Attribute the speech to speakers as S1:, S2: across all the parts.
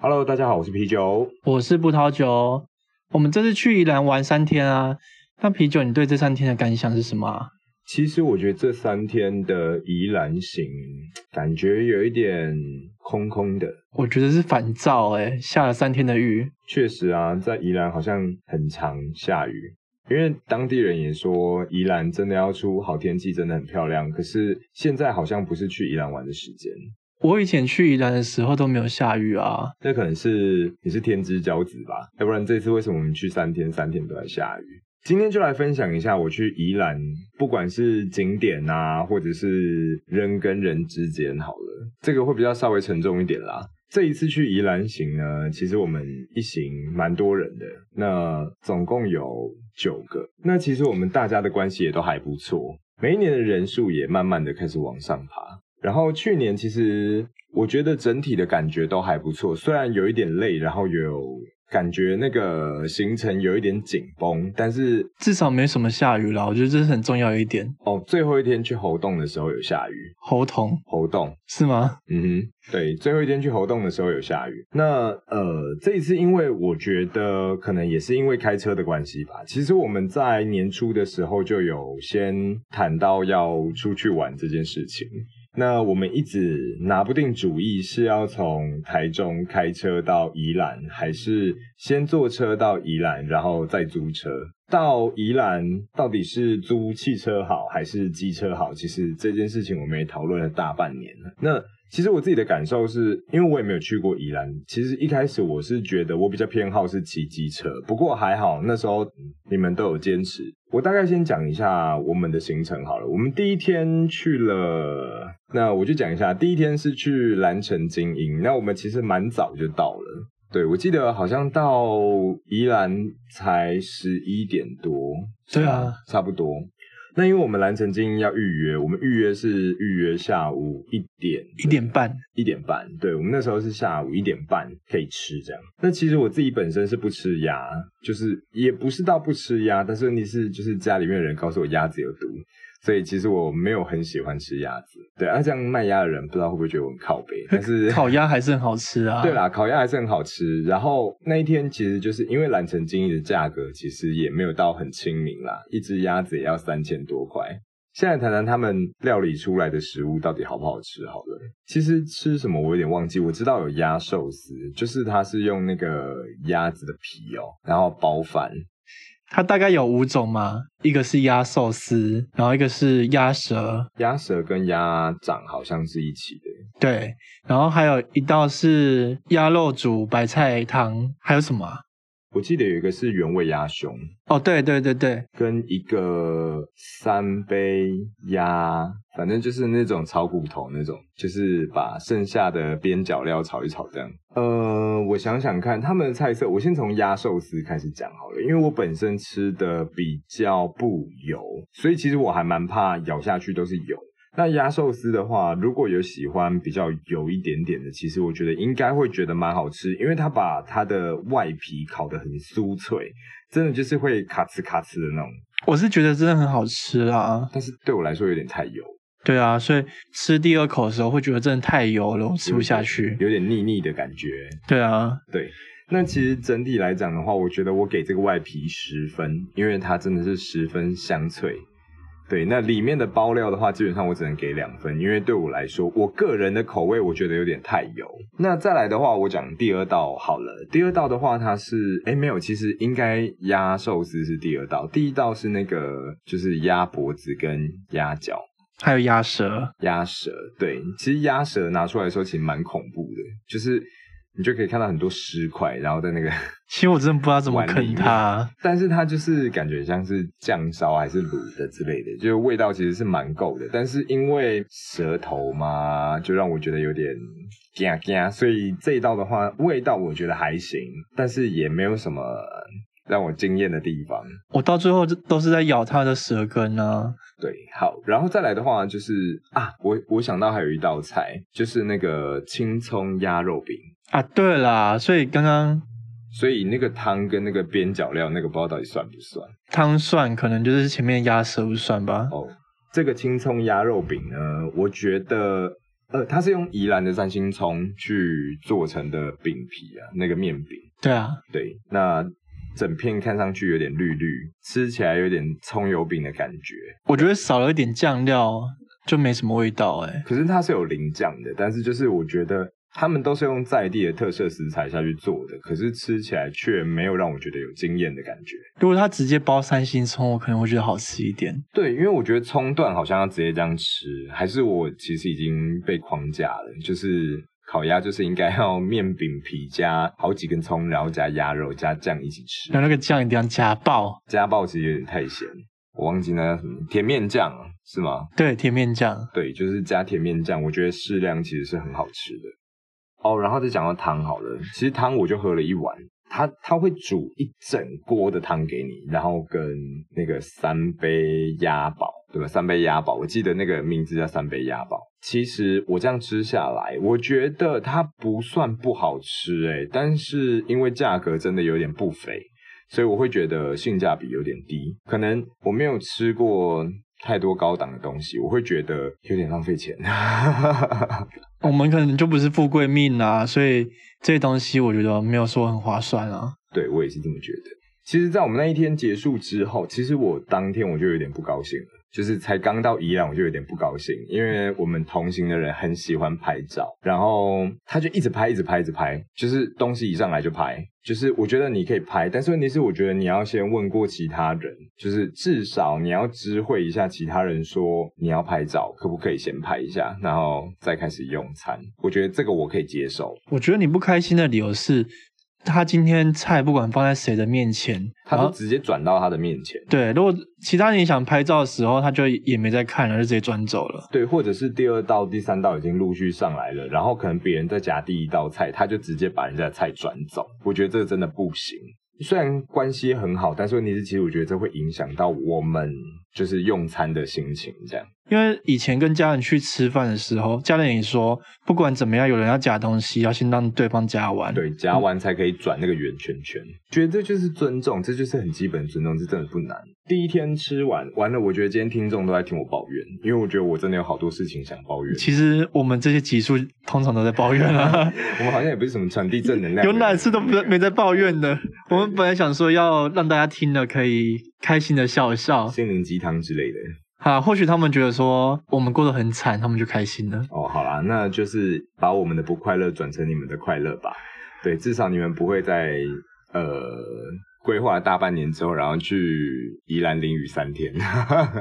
S1: Hello，大家好，我是啤酒。
S2: 我是葡萄酒。我们这次去宜兰玩三天啊，那啤酒，你对这三天的感想是什么、啊？
S1: 其实我觉得这三天的宜兰行，感觉有一点空空的。
S2: 我觉得是烦躁哎、下了三天的雨，
S1: 确实啊，在宜兰好像很常下雨，因为当地人也说宜兰真的要出好天气，真的很漂亮。可是现在好像不是去宜兰玩的时间，
S2: 我以前去宜兰的时候都没有下雨啊。
S1: 那可能是也是天之骄子吧，要不然这次为什么我们去三天，三天都在下雨？今天就来分享一下我去宜兰，不管是景点啊，或者是人跟人之间，好了，这个会比较稍微沉重一点啦。这一次去宜兰行呢，其实我们一行蛮多人的，那总共有九个。那其实我们大家的关系也都还不错，每一年的人数也慢慢的开始往上爬。然后去年其实我觉得整体的感觉都还不错，虽然有一点累，然后有感觉那个行程有一点紧绷，但是
S2: 至少没什么下雨啦，我觉得这是很重要一点。
S1: 哦，最后一天去猴洞的时候有下雨，
S2: 喉痛
S1: 猴洞，
S2: 是吗？
S1: 嗯哼，对，最后一天去活动的时候有下雨。那呃，这一次因为我觉得可能也是因为开车的关系吧。其实我们在年初的时候就有先谈到要出去玩这件事情。那我们一直拿不定主意，是要从台中开车到宜兰，还是先坐车到宜兰，然后再租车到宜兰？到底是租汽车好还是机车好？其实这件事情我们也讨论了大半年了。那其实我自己的感受是，因为我也没有去过宜兰。其实一开始我是觉得我比较偏好是骑机车，不过还好那时候你们都有坚持。我大概先讲一下我们的行程好了。我们第一天去了，那我就讲一下，第一天是去蓝城精英。那我们其实蛮早就到了，对我记得好像到宜兰才十一点多。
S2: 对啊，
S1: 差不多。那因为我们蓝城精英要预约，我们预约是预约下午一点
S2: 一点半，
S1: 一点半，对我们那时候是下午一点半可以吃这样。那其实我自己本身是不吃鸭，就是也不是到不吃鸭，但是问题是就是家里面的人告诉我鸭子有毒，所以其实我没有很喜欢吃鸭子。对，啊这样卖鸭的人不知道会不会觉得我很靠北，但是
S2: 烤鸭还是很好吃啊。
S1: 对啦，烤鸭还是很好吃。然后那一天其实就是因为蓝城精英的价格其实也没有到很亲民啦，一只鸭子也要三千多块。现在谈谈他们料理出来的食物到底好不好吃好了。其实吃什么我有点忘记，我知道有鸭寿司，就是它是用那个鸭子的皮哦，然后包饭。
S2: 它大概有五种嘛，一个是鸭寿司，然后一个是鸭舌，
S1: 鸭舌跟鸭掌好像是一起的，
S2: 对，然后还有一道是鸭肉煮白菜汤，还有什么、啊？
S1: 我记得有一个是原味鸭胸，
S2: 哦，对对对对，
S1: 跟一个三杯鸭，反正就是那种炒骨头那种，就是把剩下的边角料炒一炒这样。呃，我想想看，他们的菜色，我先从鸭寿司开始讲好了，因为我本身吃的比较不油，所以其实我还蛮怕咬下去都是油。那鸭寿司的话，如果有喜欢比较油一点点的，其实我觉得应该会觉得蛮好吃，因为它把它的外皮烤得很酥脆，真的就是会咔哧咔哧的那种。
S2: 我是觉得真的很好吃啦。
S1: 但是对我来说有点太油，
S2: 对啊，所以吃第二口的时候会觉得真的太油了，我吃不下去。
S1: 有点腻腻的感觉。
S2: 对啊，
S1: 对，那其实整体来讲的话，我觉得我给这个外皮十分，因为它真的是十分香脆。对，那里面的包料的话，基本上我只能给两分，因为对我来说，我个人的口味我觉得有点太油。那再来的话，我讲第二道好了。第二道的话，它是哎没有，其实应该鸭寿司是第二道，第一道是那个就是鸭脖子跟鸭脚。
S2: 还有鸭舌，
S1: 鸭舌，对，其实鸭舌拿出来的时候，其实蛮恐怖的，就是你就可以看到很多尸块，然后在那个，
S2: 其实我真的不知道怎么啃它。
S1: 但是它就是感觉像是酱烧还是卤的之类的，就是味道其实是蛮够的，但是因为舌头嘛，就让我觉得有点嘎嘎，所以这一道的话，味道我觉得还行，但是也没有什么让我惊艳的地方。
S2: 我到最后就都是在咬它的舌根啊。
S1: 对，好，然后再来的话就是啊，我我想到还有一道菜，就是那个青葱鸭肉饼，
S2: 啊，对啦，所以刚刚
S1: 所以那个汤跟那个边角料那个不知道到底算不算
S2: 汤蒜可能就是前面鸭舌不算吧。
S1: 哦。这个青葱鸭肉饼呢，我觉得呃，它是用宜兰的三星葱去做成的饼皮啊，那个面饼。
S2: 对啊，
S1: 对，那整片看上去有点绿绿，吃起来有点葱油饼的感觉。
S2: 我觉得少了一点酱料就没什么味道哎、
S1: 可是它是有淋酱的，但是就是我觉得他们都是用在地的特色食材下去做的，可是吃起来却没有让我觉得有惊艳的感觉。
S2: 如果它直接包三星葱，我可能会觉得好吃一点。
S1: 对，因为我觉得葱段好像要直接这样吃，还是我其实已经被框架了，就是。烤鸭就是应该要面饼皮加好几根葱，然后加鸭肉加酱一起吃。
S2: 然后那个酱一定要加爆，
S1: 家暴其实有点太咸，我忘记那叫什么甜面酱啊是吗？
S2: 对，甜面酱。
S1: 对，就是加甜面酱，我觉得适量其实是很好吃的。哦，然后再讲到汤好了，其实汤我就喝了一碗，它它会煮一整锅的汤给你，然后跟那个三杯鸭煲，对吧？三杯鸭煲，我记得那个名字叫三杯鸭煲。其实我这样吃下来，我觉得它不算不好吃诶、但是因为价格真的有点不菲，所以我会觉得性价比有点低。可能我没有吃过太多高档的东西，我会觉得有点浪费钱。
S2: 我们可能就不是富贵命啊，所以这些东西我觉得没有说很划算啊。
S1: 对我也是这么觉得。其实，在我们那一天结束之后，其实我当天我就有点不高兴了，就是才刚到宜兰我就有点不高兴，因为我们同行的人很喜欢拍照，然后他就一直拍，一直拍，一直拍，就是东西一上来就拍，就是我觉得你可以拍，但是问题是，我觉得你要先问过其他人，就是至少你要知会一下其他人说你要拍照，可不可以先拍一下，然后再开始用餐。我觉得这个我可以接受，
S2: 我觉得你不开心的理由是，他今天菜不管放在谁的面前，
S1: 他
S2: 然
S1: 就
S2: 后
S1: 直接转到他的面前。
S2: 对，如果其他人想拍照的时候，他就也没在看了，就直接转走了。
S1: 对，或者是第二道、第三道已经陆续上来了，然后可能别人再夹第一道菜，他就直接把人家的菜转走。我觉得这真的不行。虽然关系很好，但是问题是，其实我觉得这会影响到我们就是用餐的心情。这样，
S2: 因为以前跟家人去吃饭的时候，家人也说，不管怎么样，有人要夹东西，要先让对方夹完。
S1: 对，夹完才可以转那个圆圈圈。觉得这就是尊重，这就是很基本的尊重，这真的不难。第一天吃完完了，我觉得今天听众都在听我抱怨，因为我觉得我真的有好多事情想 抱怨。
S2: 其实我们这些集数通常都在抱怨啊，
S1: 我们好像也不是什么传递正能量的人，
S2: 有哪次都不没在抱怨的。我们本来想说要让大家听了可以开心的笑一笑
S1: 心灵鸡汤之类的。
S2: 啊，或许他们觉得说我们过得很惨，他们就开心了。
S1: 哦，好啦，那就是把我们的不快乐转成你们的快乐吧。对，至少你们不会在呃规划大半年之后，然后去宜兰淋雨三天。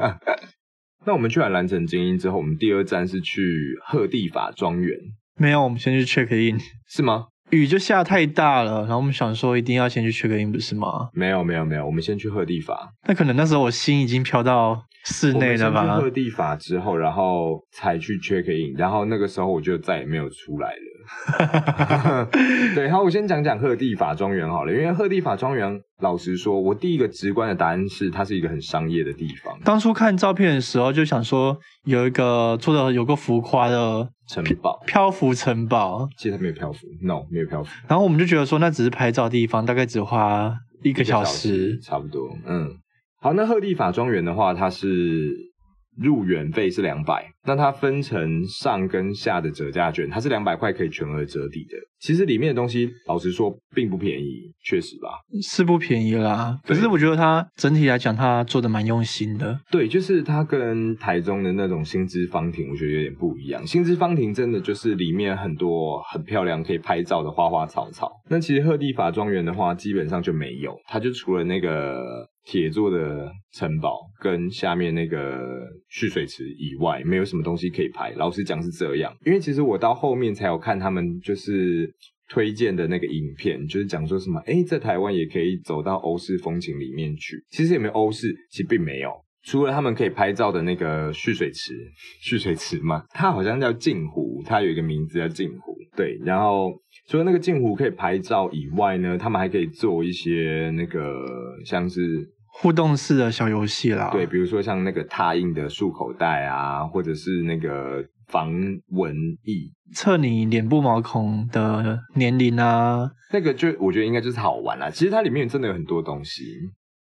S1: 那我们去完蓝城精英之后，我们第二站是去赫蒂法庄园，
S2: 没有，我们先去 check in，
S1: 是吗？
S2: 雨就下太大了，然后我们想说一定要先去 check in，不是吗？
S1: 没有，没有，没有，我们先去赫蒂法。
S2: 那可能那时候我心已经飘到室
S1: 我
S2: 内
S1: 们
S2: 了
S1: 先去
S2: 吧？
S1: 赫蒂法之后，然后才去 check in，然后那个时候我就再也没有出来了。 对，好，我先讲讲赫蒂法庄园好了，因为赫蒂法庄园，老实说，我第一个直观的答案是它是一个很商业的地方，
S2: 当初看照片的时候就想说，有一个做的有个浮夸的
S1: 城堡。
S2: 漂浮城堡，
S1: 其实它没有漂浮，no，没有漂浮，
S2: 然后我们就觉得说那只是拍照地方，大概只花一个小时。
S1: 差不多。嗯，好，那赫蒂法庄园的话，它是入园费是两百，那它分成上跟下的折价券，它是两百块可以全额折抵的。其实里面的东西，老实说并不便宜，确实吧。
S2: 是不便宜啦，可
S1: 对
S2: 是我觉得它整体来讲，它做的蛮用心的。
S1: 对，就是它跟台中的那种新知芳庭，我觉得有点不一样。新知芳庭真的就是里面很多很漂亮可以拍照的花花草草。那其实赫蒂法庄园的话，基本上就没有，它就除了那个铁做的城堡跟下面那个蓄水池以外，没有什么东西可以拍。老实讲是这样，因为其实我到后面才有看他们就是。推荐的那个影片，就是讲说什么，哎，在台湾也可以走到欧式风情里面去。其实也没有欧式，其实并没有，除了他们可以拍照的那个蓄水池， 蓄水池嘛，它好像叫镜湖，它有一个名字叫镜湖。对，然后除了那个镜湖可以拍照以外呢，他们还可以做一些那个像是
S2: 互动式的小游戏啦，
S1: 对，比如说像那个拓印的束口袋啊，或者是那个防蚊液，
S2: 测你脸部毛孔的年龄啊，
S1: 那个就我觉得应该就是好玩啦。其实它里面真的有很多东西，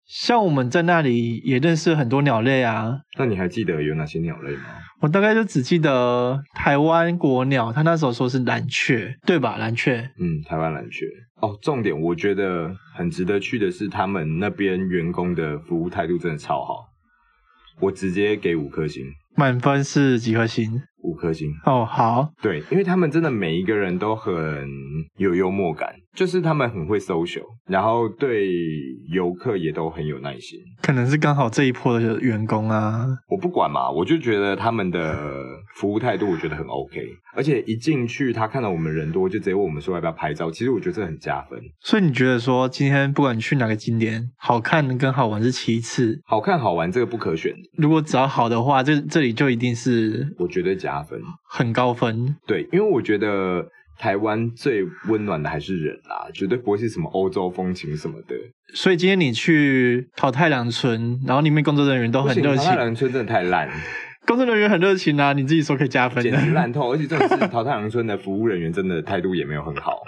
S2: 像我们在那里也认识很多鸟类啊，
S1: 那你还记得有哪些鸟类吗？
S2: 我大概就只记得台湾国鸟，它那时候说是蓝雀，对吧？蓝雀，
S1: 嗯，台湾蓝雀哦，重点我觉得很值得去的是，他们那边员工的服务态度真的超好，我直接给五颗星，
S2: 满分是几颗星？
S1: 五颗星。
S2: 哦，好，
S1: 对，因为他们真的每一个人都很有幽默感，就是他们很会 social，然后对游客也都很有耐心。
S2: 可能是刚好这一波的员工啊，
S1: 我不管嘛，我就觉得他们的服务态度，我觉得很 OK。而且一进去，他看到我们人多，就直接问我们说要不要拍照。其实我觉得这很加分，
S2: 所以你觉得说今天不管去哪个景点，好看跟好玩是其次，
S1: 好看好玩这个不可选，
S2: 如果只要好的话，这这里就一定是
S1: 我觉得加分。
S2: 很高分。
S1: 对，因为我觉得台湾最温暖的还是人啦、绝对不会是什么欧洲风情什么的。
S2: 所以今天你去淘太郎村，然后里面工作人员都
S1: 不
S2: 很
S1: 行，
S2: 热
S1: 台
S2: 情，
S1: 湾村真的太 烂，
S2: 工作人员很热情啊，你自己说可以加分
S1: 简直
S2: 的。
S1: 烂透。而且这 种是淘太郎村的服务人员真的态度也没有很好。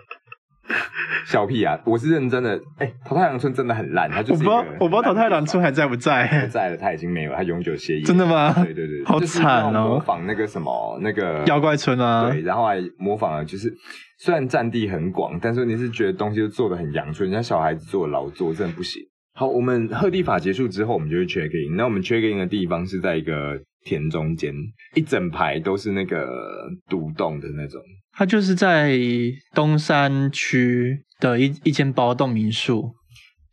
S1: 小屁啊！我是认真的。哎、淘太郎村真的很烂，它
S2: 我
S1: 就
S2: 不
S1: 是
S2: 知
S1: 一个
S2: 道，我不知道淘太郎村
S1: 很烂的地方
S2: 还在不
S1: 不
S2: 在，
S1: 在了，他已经没有，他永久歇业。
S2: 真的吗？
S1: 对对对，
S2: 好
S1: 就是那
S2: 惨
S1: 种
S2: 哦
S1: 模仿那个什么那个
S2: 妖怪村啊，
S1: 对，然后还模仿了，就是虽然占地很广，但是你是觉得东西都做的很阳春，人家小孩子做的劳作真的不行。好，我们鹤地法结束之后，我们就会 check in。那我们 check in 的地方是在一个田中间，一整排都是那个独栋的那种。
S2: 它就是在东山区的一一间包栋民宿。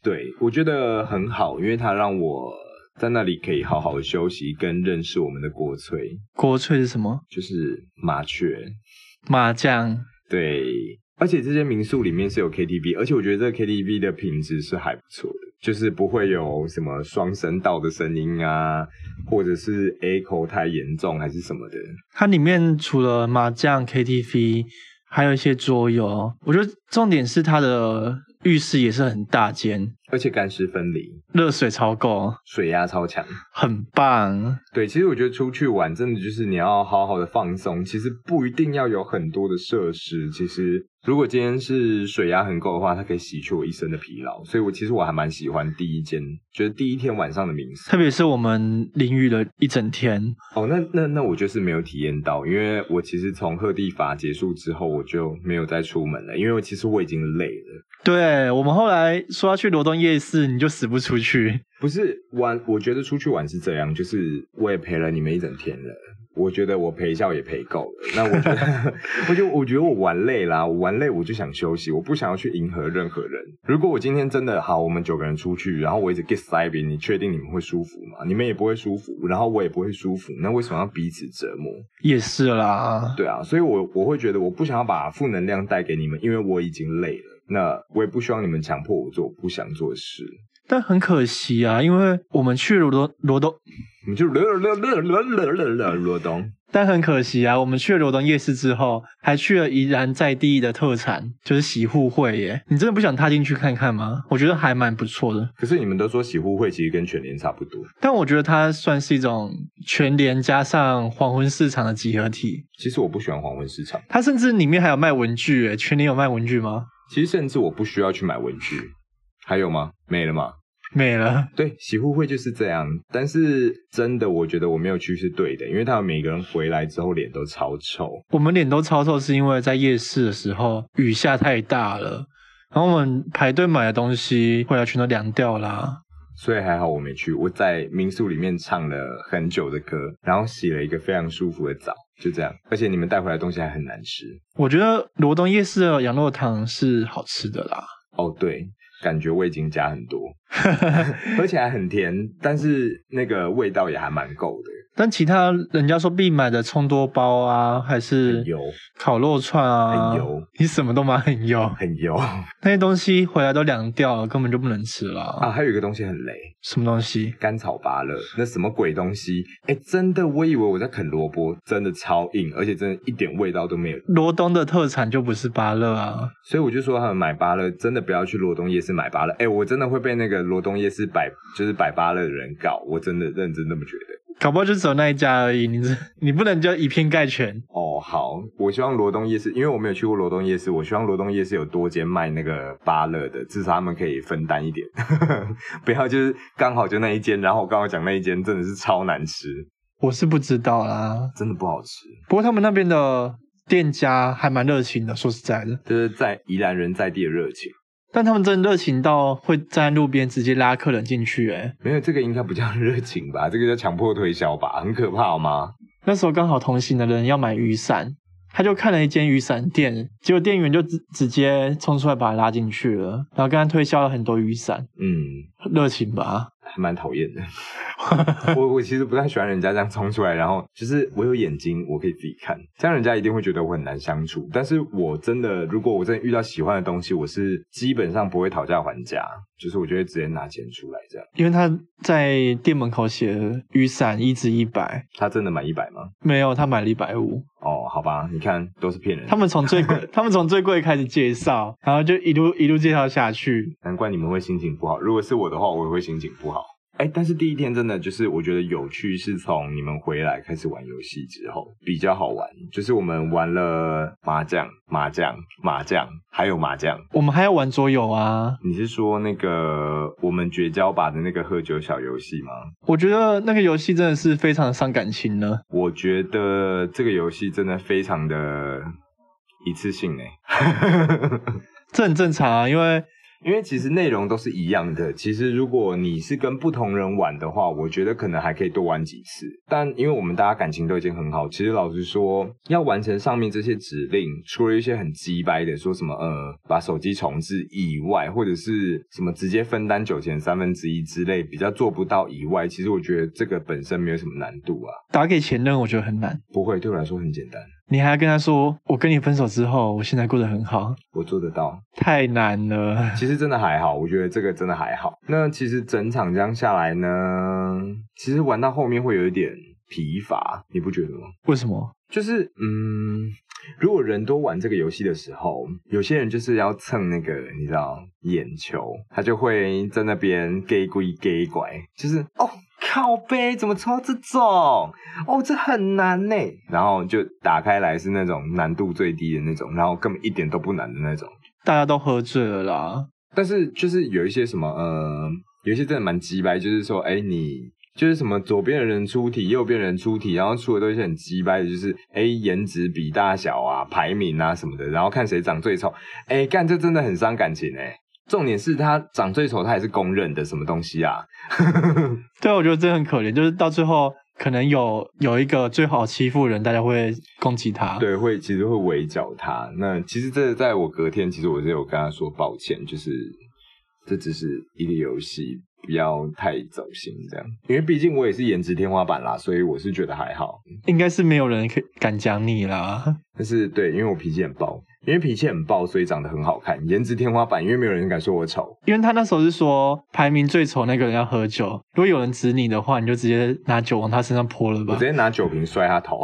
S1: 对，我觉得很好，因为它让我在那里可以好好休息，跟认识我们的国粹，
S2: 国粹是什么？
S1: 就是麻雀。
S2: 麻将。
S1: 对，而且这些民宿里面是有 KTV，而且我觉得这个 KTV 的品质是还不错的，就是不会有什么双声道的声音啊，或者是 echo 太严重还是什么的。
S2: 它里面除了麻将、KTV，还有一些桌游。我觉得重点是它的浴室也是很大间，
S1: 而且干湿分离，
S2: 热水超够，
S1: 水压超强。
S2: 很棒。
S1: 对，其实我觉得出去玩真的就是你要好好的放松，其实不一定要有很多的设施。其实如果今天是水压很够的话，它可以洗去我一身的疲劳。所以我其实我还蛮喜欢第一间，觉得第一天晚上的民宿。
S2: 特别是我们淋雨了一整天，
S1: 哦，那那那我就是没有体验到，因为我其实从鹤地法结束之后，我就没有再出门了，因为我其实我已经累了。
S2: 对我们后来说要去罗东夜市，你就死不出去。
S1: 不是玩，我觉得出去玩是这样，就是我也陪了你们一整天了，我觉得我陪笑也陪够了。那我觉得，我就我觉得我玩累啦，我玩累我就想休息，我不想要去迎合任何人。如果我今天真的好，我们九个人出去，然后我一直 get 塞宾，你确定你们会舒服吗？你们也不会舒服，然后我也不会舒服，那为什么要彼此折磨？
S2: 也是啦，
S1: 对啊，所以我我会觉得我不想要把负能量带给你们，因为我已经累了。那我也不希望你们强迫我做我不想做的事。
S2: 但很可惜啊，因为我们去罗东罗东
S1: 你们就罗罗罗罗罗罗罗罗东，
S2: 但很可惜啊，我们去了罗东夜市之后，还去了宜兰在地的特产，就是洗护会耶。你真的不想踏进去看看吗？我觉得还蛮不错的，
S1: 可是你们都说洗护会其实跟全联差不多，
S2: 但我觉得它算是一种全联加上黄昏市场的集合体。
S1: 其实我不喜欢黄昏市场，
S2: 它甚至里面还有卖文具耶，全联有卖文具吗？
S1: 其实甚至我不需要去买文具。还有吗？没了吗？
S2: 没了，
S1: 对，洗护会就是这样。但是真的，我觉得我没有去是对的，因为他们每个人回来之后脸都超臭。
S2: 我们脸都超臭，是因为在夜市的时候雨下太大了，然后我们排队买的东西后来全都凉掉啦、
S1: 所以还好我没去，我在民宿里面唱了很久的歌，然后洗了一个非常舒服的澡，就这样。而且你们带回来的东西还很难吃。
S2: 我觉得罗东夜市的羊肉汤是好吃的啦。
S1: 哦，对，感觉味精加很多，而且还很甜，但是那个味道也还蛮够的，
S2: 但其他人家说必买的葱多包啊，还
S1: 很
S2: 是
S1: 油，
S2: 烤肉串啊，
S1: 很油，
S2: 你什么都买很油，
S1: 很油啊！
S2: 那些东西回来都凉掉了，根本就不能吃了。
S1: 还有一个东西很雷，
S2: 什么东西？
S1: 甘草芭乐，那什么鬼东西？哎，真的，我以为我在啃萝卜，真的超硬，而且真的一点味道都没有。
S2: 罗东的特产就不是芭乐啊，
S1: 所以我就说他们买芭乐真的不要去罗东夜市买芭乐，哎、我真的会被那个罗东夜市摆就是摆芭乐的人搞，我真的认真这么觉得。
S2: 搞不好就只有那一家而已。你这你不能就以偏概全。
S1: 哦，好，我希望罗东夜市，因为我没有去过罗东夜市，我希望罗东夜市有多间卖那个芭乐的，至少他们可以分担一点， 不要就是刚好就那一间，然后我刚好讲那一间真的是超难吃，
S2: 我是不知道啦，
S1: 真的不好吃。
S2: 不过他们那边的店家还蛮热情的，说实在的，
S1: 就是在宜兰人在地的热情，
S2: 但他们真的热情到会站在路边直接拉客人进去、欸。诶，
S1: 没有这个应该不叫热情吧，这个叫强迫推销吧，很可怕好吗？
S2: 那时候刚好同行的人要买雨伞，他就看了一间雨伞店，结果店员就直直接冲出来把他拉进去了，然后跟他推销了很多雨伞，
S1: 嗯，
S2: 热情吧？
S1: 还蛮讨厌的。我我其实不太喜欢人家这样冲出来，然后就是我有眼睛，我可以自己看，这样人家一定会觉得我很难相处。但是我真的，如果我真的遇到喜欢的东西，我是基本上不会讨价还价，就是我就会直接拿钱出来这样。
S2: 因为他在店门口写了雨伞一支一百，
S1: 他真的买一百吗？
S2: 没有，他买了一百五。
S1: 哦，好吧，你看都是骗人的。
S2: 他们从最贵，他们从最贵开始介绍，然后就一路一路介绍下去。
S1: 难怪你们会心情不好。如果是我的话，我也会心情不好。哎，但是第一天真的就是我觉得有趣，是从你们回来开始玩游戏之后比较好玩。就是我们玩了麻将、麻将、麻将，还有麻将。
S2: 我们还要玩桌游啊！
S1: 你是说那个我们绝交吧的那个喝酒小游戏吗？
S2: 我觉得那个游戏真的是非常伤感情呢。
S1: 我觉得这个游戏真的非常的一次性哎、
S2: 这很正常啊，因为
S1: 因为其实内容都是一样的。其实如果你是跟不同人玩的话，我觉得可能还可以多玩几次。但因为我们大家感情都已经很好，其实老实说，要完成上面这些指令，除了一些很鸡掰的说什么呃把手机重置以外，或者是什么直接分担酒钱三分之一之类比较做不到以外，其实我觉得这个本身没有什么难度啊。
S2: 打给前任我觉得很难，
S1: 不会，对我来说很简单，
S2: 你还要跟他说我跟你分手之后，我现在过得很好，
S1: 我做得到。
S2: 太难了。
S1: 其实真的还好，我觉得这个真的还好。那其实整场这样下来呢，其实玩到后面会有一点疲乏，你不觉得吗？
S2: 为什么？
S1: 就是嗯，如果人多玩这个游戏的时候，有些人就是要蹭那个，你知道眼球，他就会在那边 gay 归 gay 拐，就是哦。靠背怎么抽到这种？哦，这很难呢。然后就打开来是那种难度最低的那种，然后根本一点都不难的那种。
S2: 大家都喝醉了啦，
S1: 但是就是有一些什么呃，有一些真的蛮鸡掰，就是说，哎、你就是什么左边的人出题，右边的人出题，然后出的都是很鸡掰的，就是哎、颜值比大小啊、排名啊什么的，然后看谁长最丑，哎、干这真的很伤感情哎、重点是他长最丑，他也是公认的什么东西啊？
S2: 对啊，我觉得真的很可怜，就是到最后可能有有一个最好欺负的人，大家会攻击他。，
S1: 对，会其实会围剿他。那其实这在我隔天，其实我是有跟他说抱歉，就是这只是一个游戏，不要太走心这样。因为毕竟我也是颜值天花板啦，所以我是觉得还好。
S2: 应该是没有人可以敢讲你啦。
S1: 但是对，因为我脾气很暴，因为脾气很暴，所以长得很好看，颜值天花板。因为没有人敢说我丑，
S2: 因为他那时候是说排名最丑那个人要喝酒，如果有人指你的话，你就直接拿酒往他身上泼了
S1: 我
S2: 吧
S1: 直。接拿酒瓶摔他头。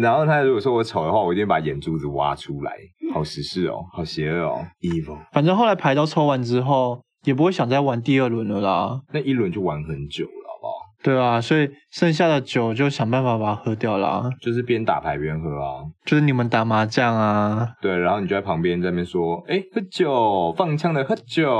S1: 然后他如果说我丑的话，我一定把眼珠子挖出来。好时事哦，好邪恶哦，evil。
S2: 反正后来牌都抽完之后，也不会想再玩第二轮了啦。
S1: 那一轮就玩很久了，好不好？
S2: 对啊，所以剩下的酒就想办法把它喝掉啦。
S1: 就是边打牌边喝啊，
S2: 就是你们打麻将啊，
S1: 对，然后你就在旁边在那边说，哎、喝酒，放枪的喝酒，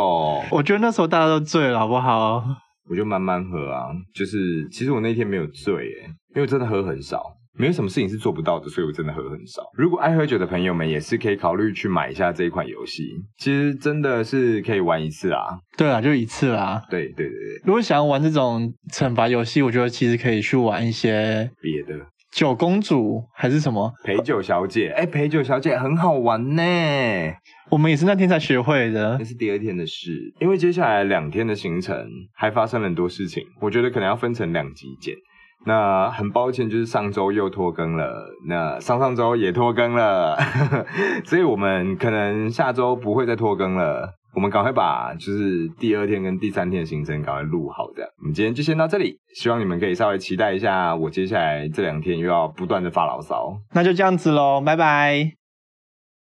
S2: 我觉得那时候大家都醉了，好不好？
S1: 我就慢慢喝啊，就是其实我那天没有醉，哎，因为我真的喝很少。没有什么事情是做不到的，所以我真的喝很少。如果爱喝酒的朋友们，也是可以考虑去买一下这一款游戏，其实真的是可以玩一次啊。
S2: 对啊，就一次啦。
S1: 对对对对，
S2: 如果想要玩这种惩罚游戏，我觉得其实可以去玩一些
S1: 别的
S2: 九公主还是什么，
S1: 陪酒小姐，哎，陪酒小姐很好玩呢，
S2: 我们也是那天才学会的
S1: 那。是第二天的事，因为接下来两天的行程还发生了很多事情，我觉得可能要分成两集讲。那很抱歉，就是上周又拖更了，那上上周也拖更了， 所以我们可能下周不会再拖更了。我们赶快把就是第二天跟第三天的行程赶快录好，这样。我们今天就先到这里，希望你们可以稍微期待一下，我接下来这两天又要不断的发牢骚。
S2: 那就这样子喽，拜拜。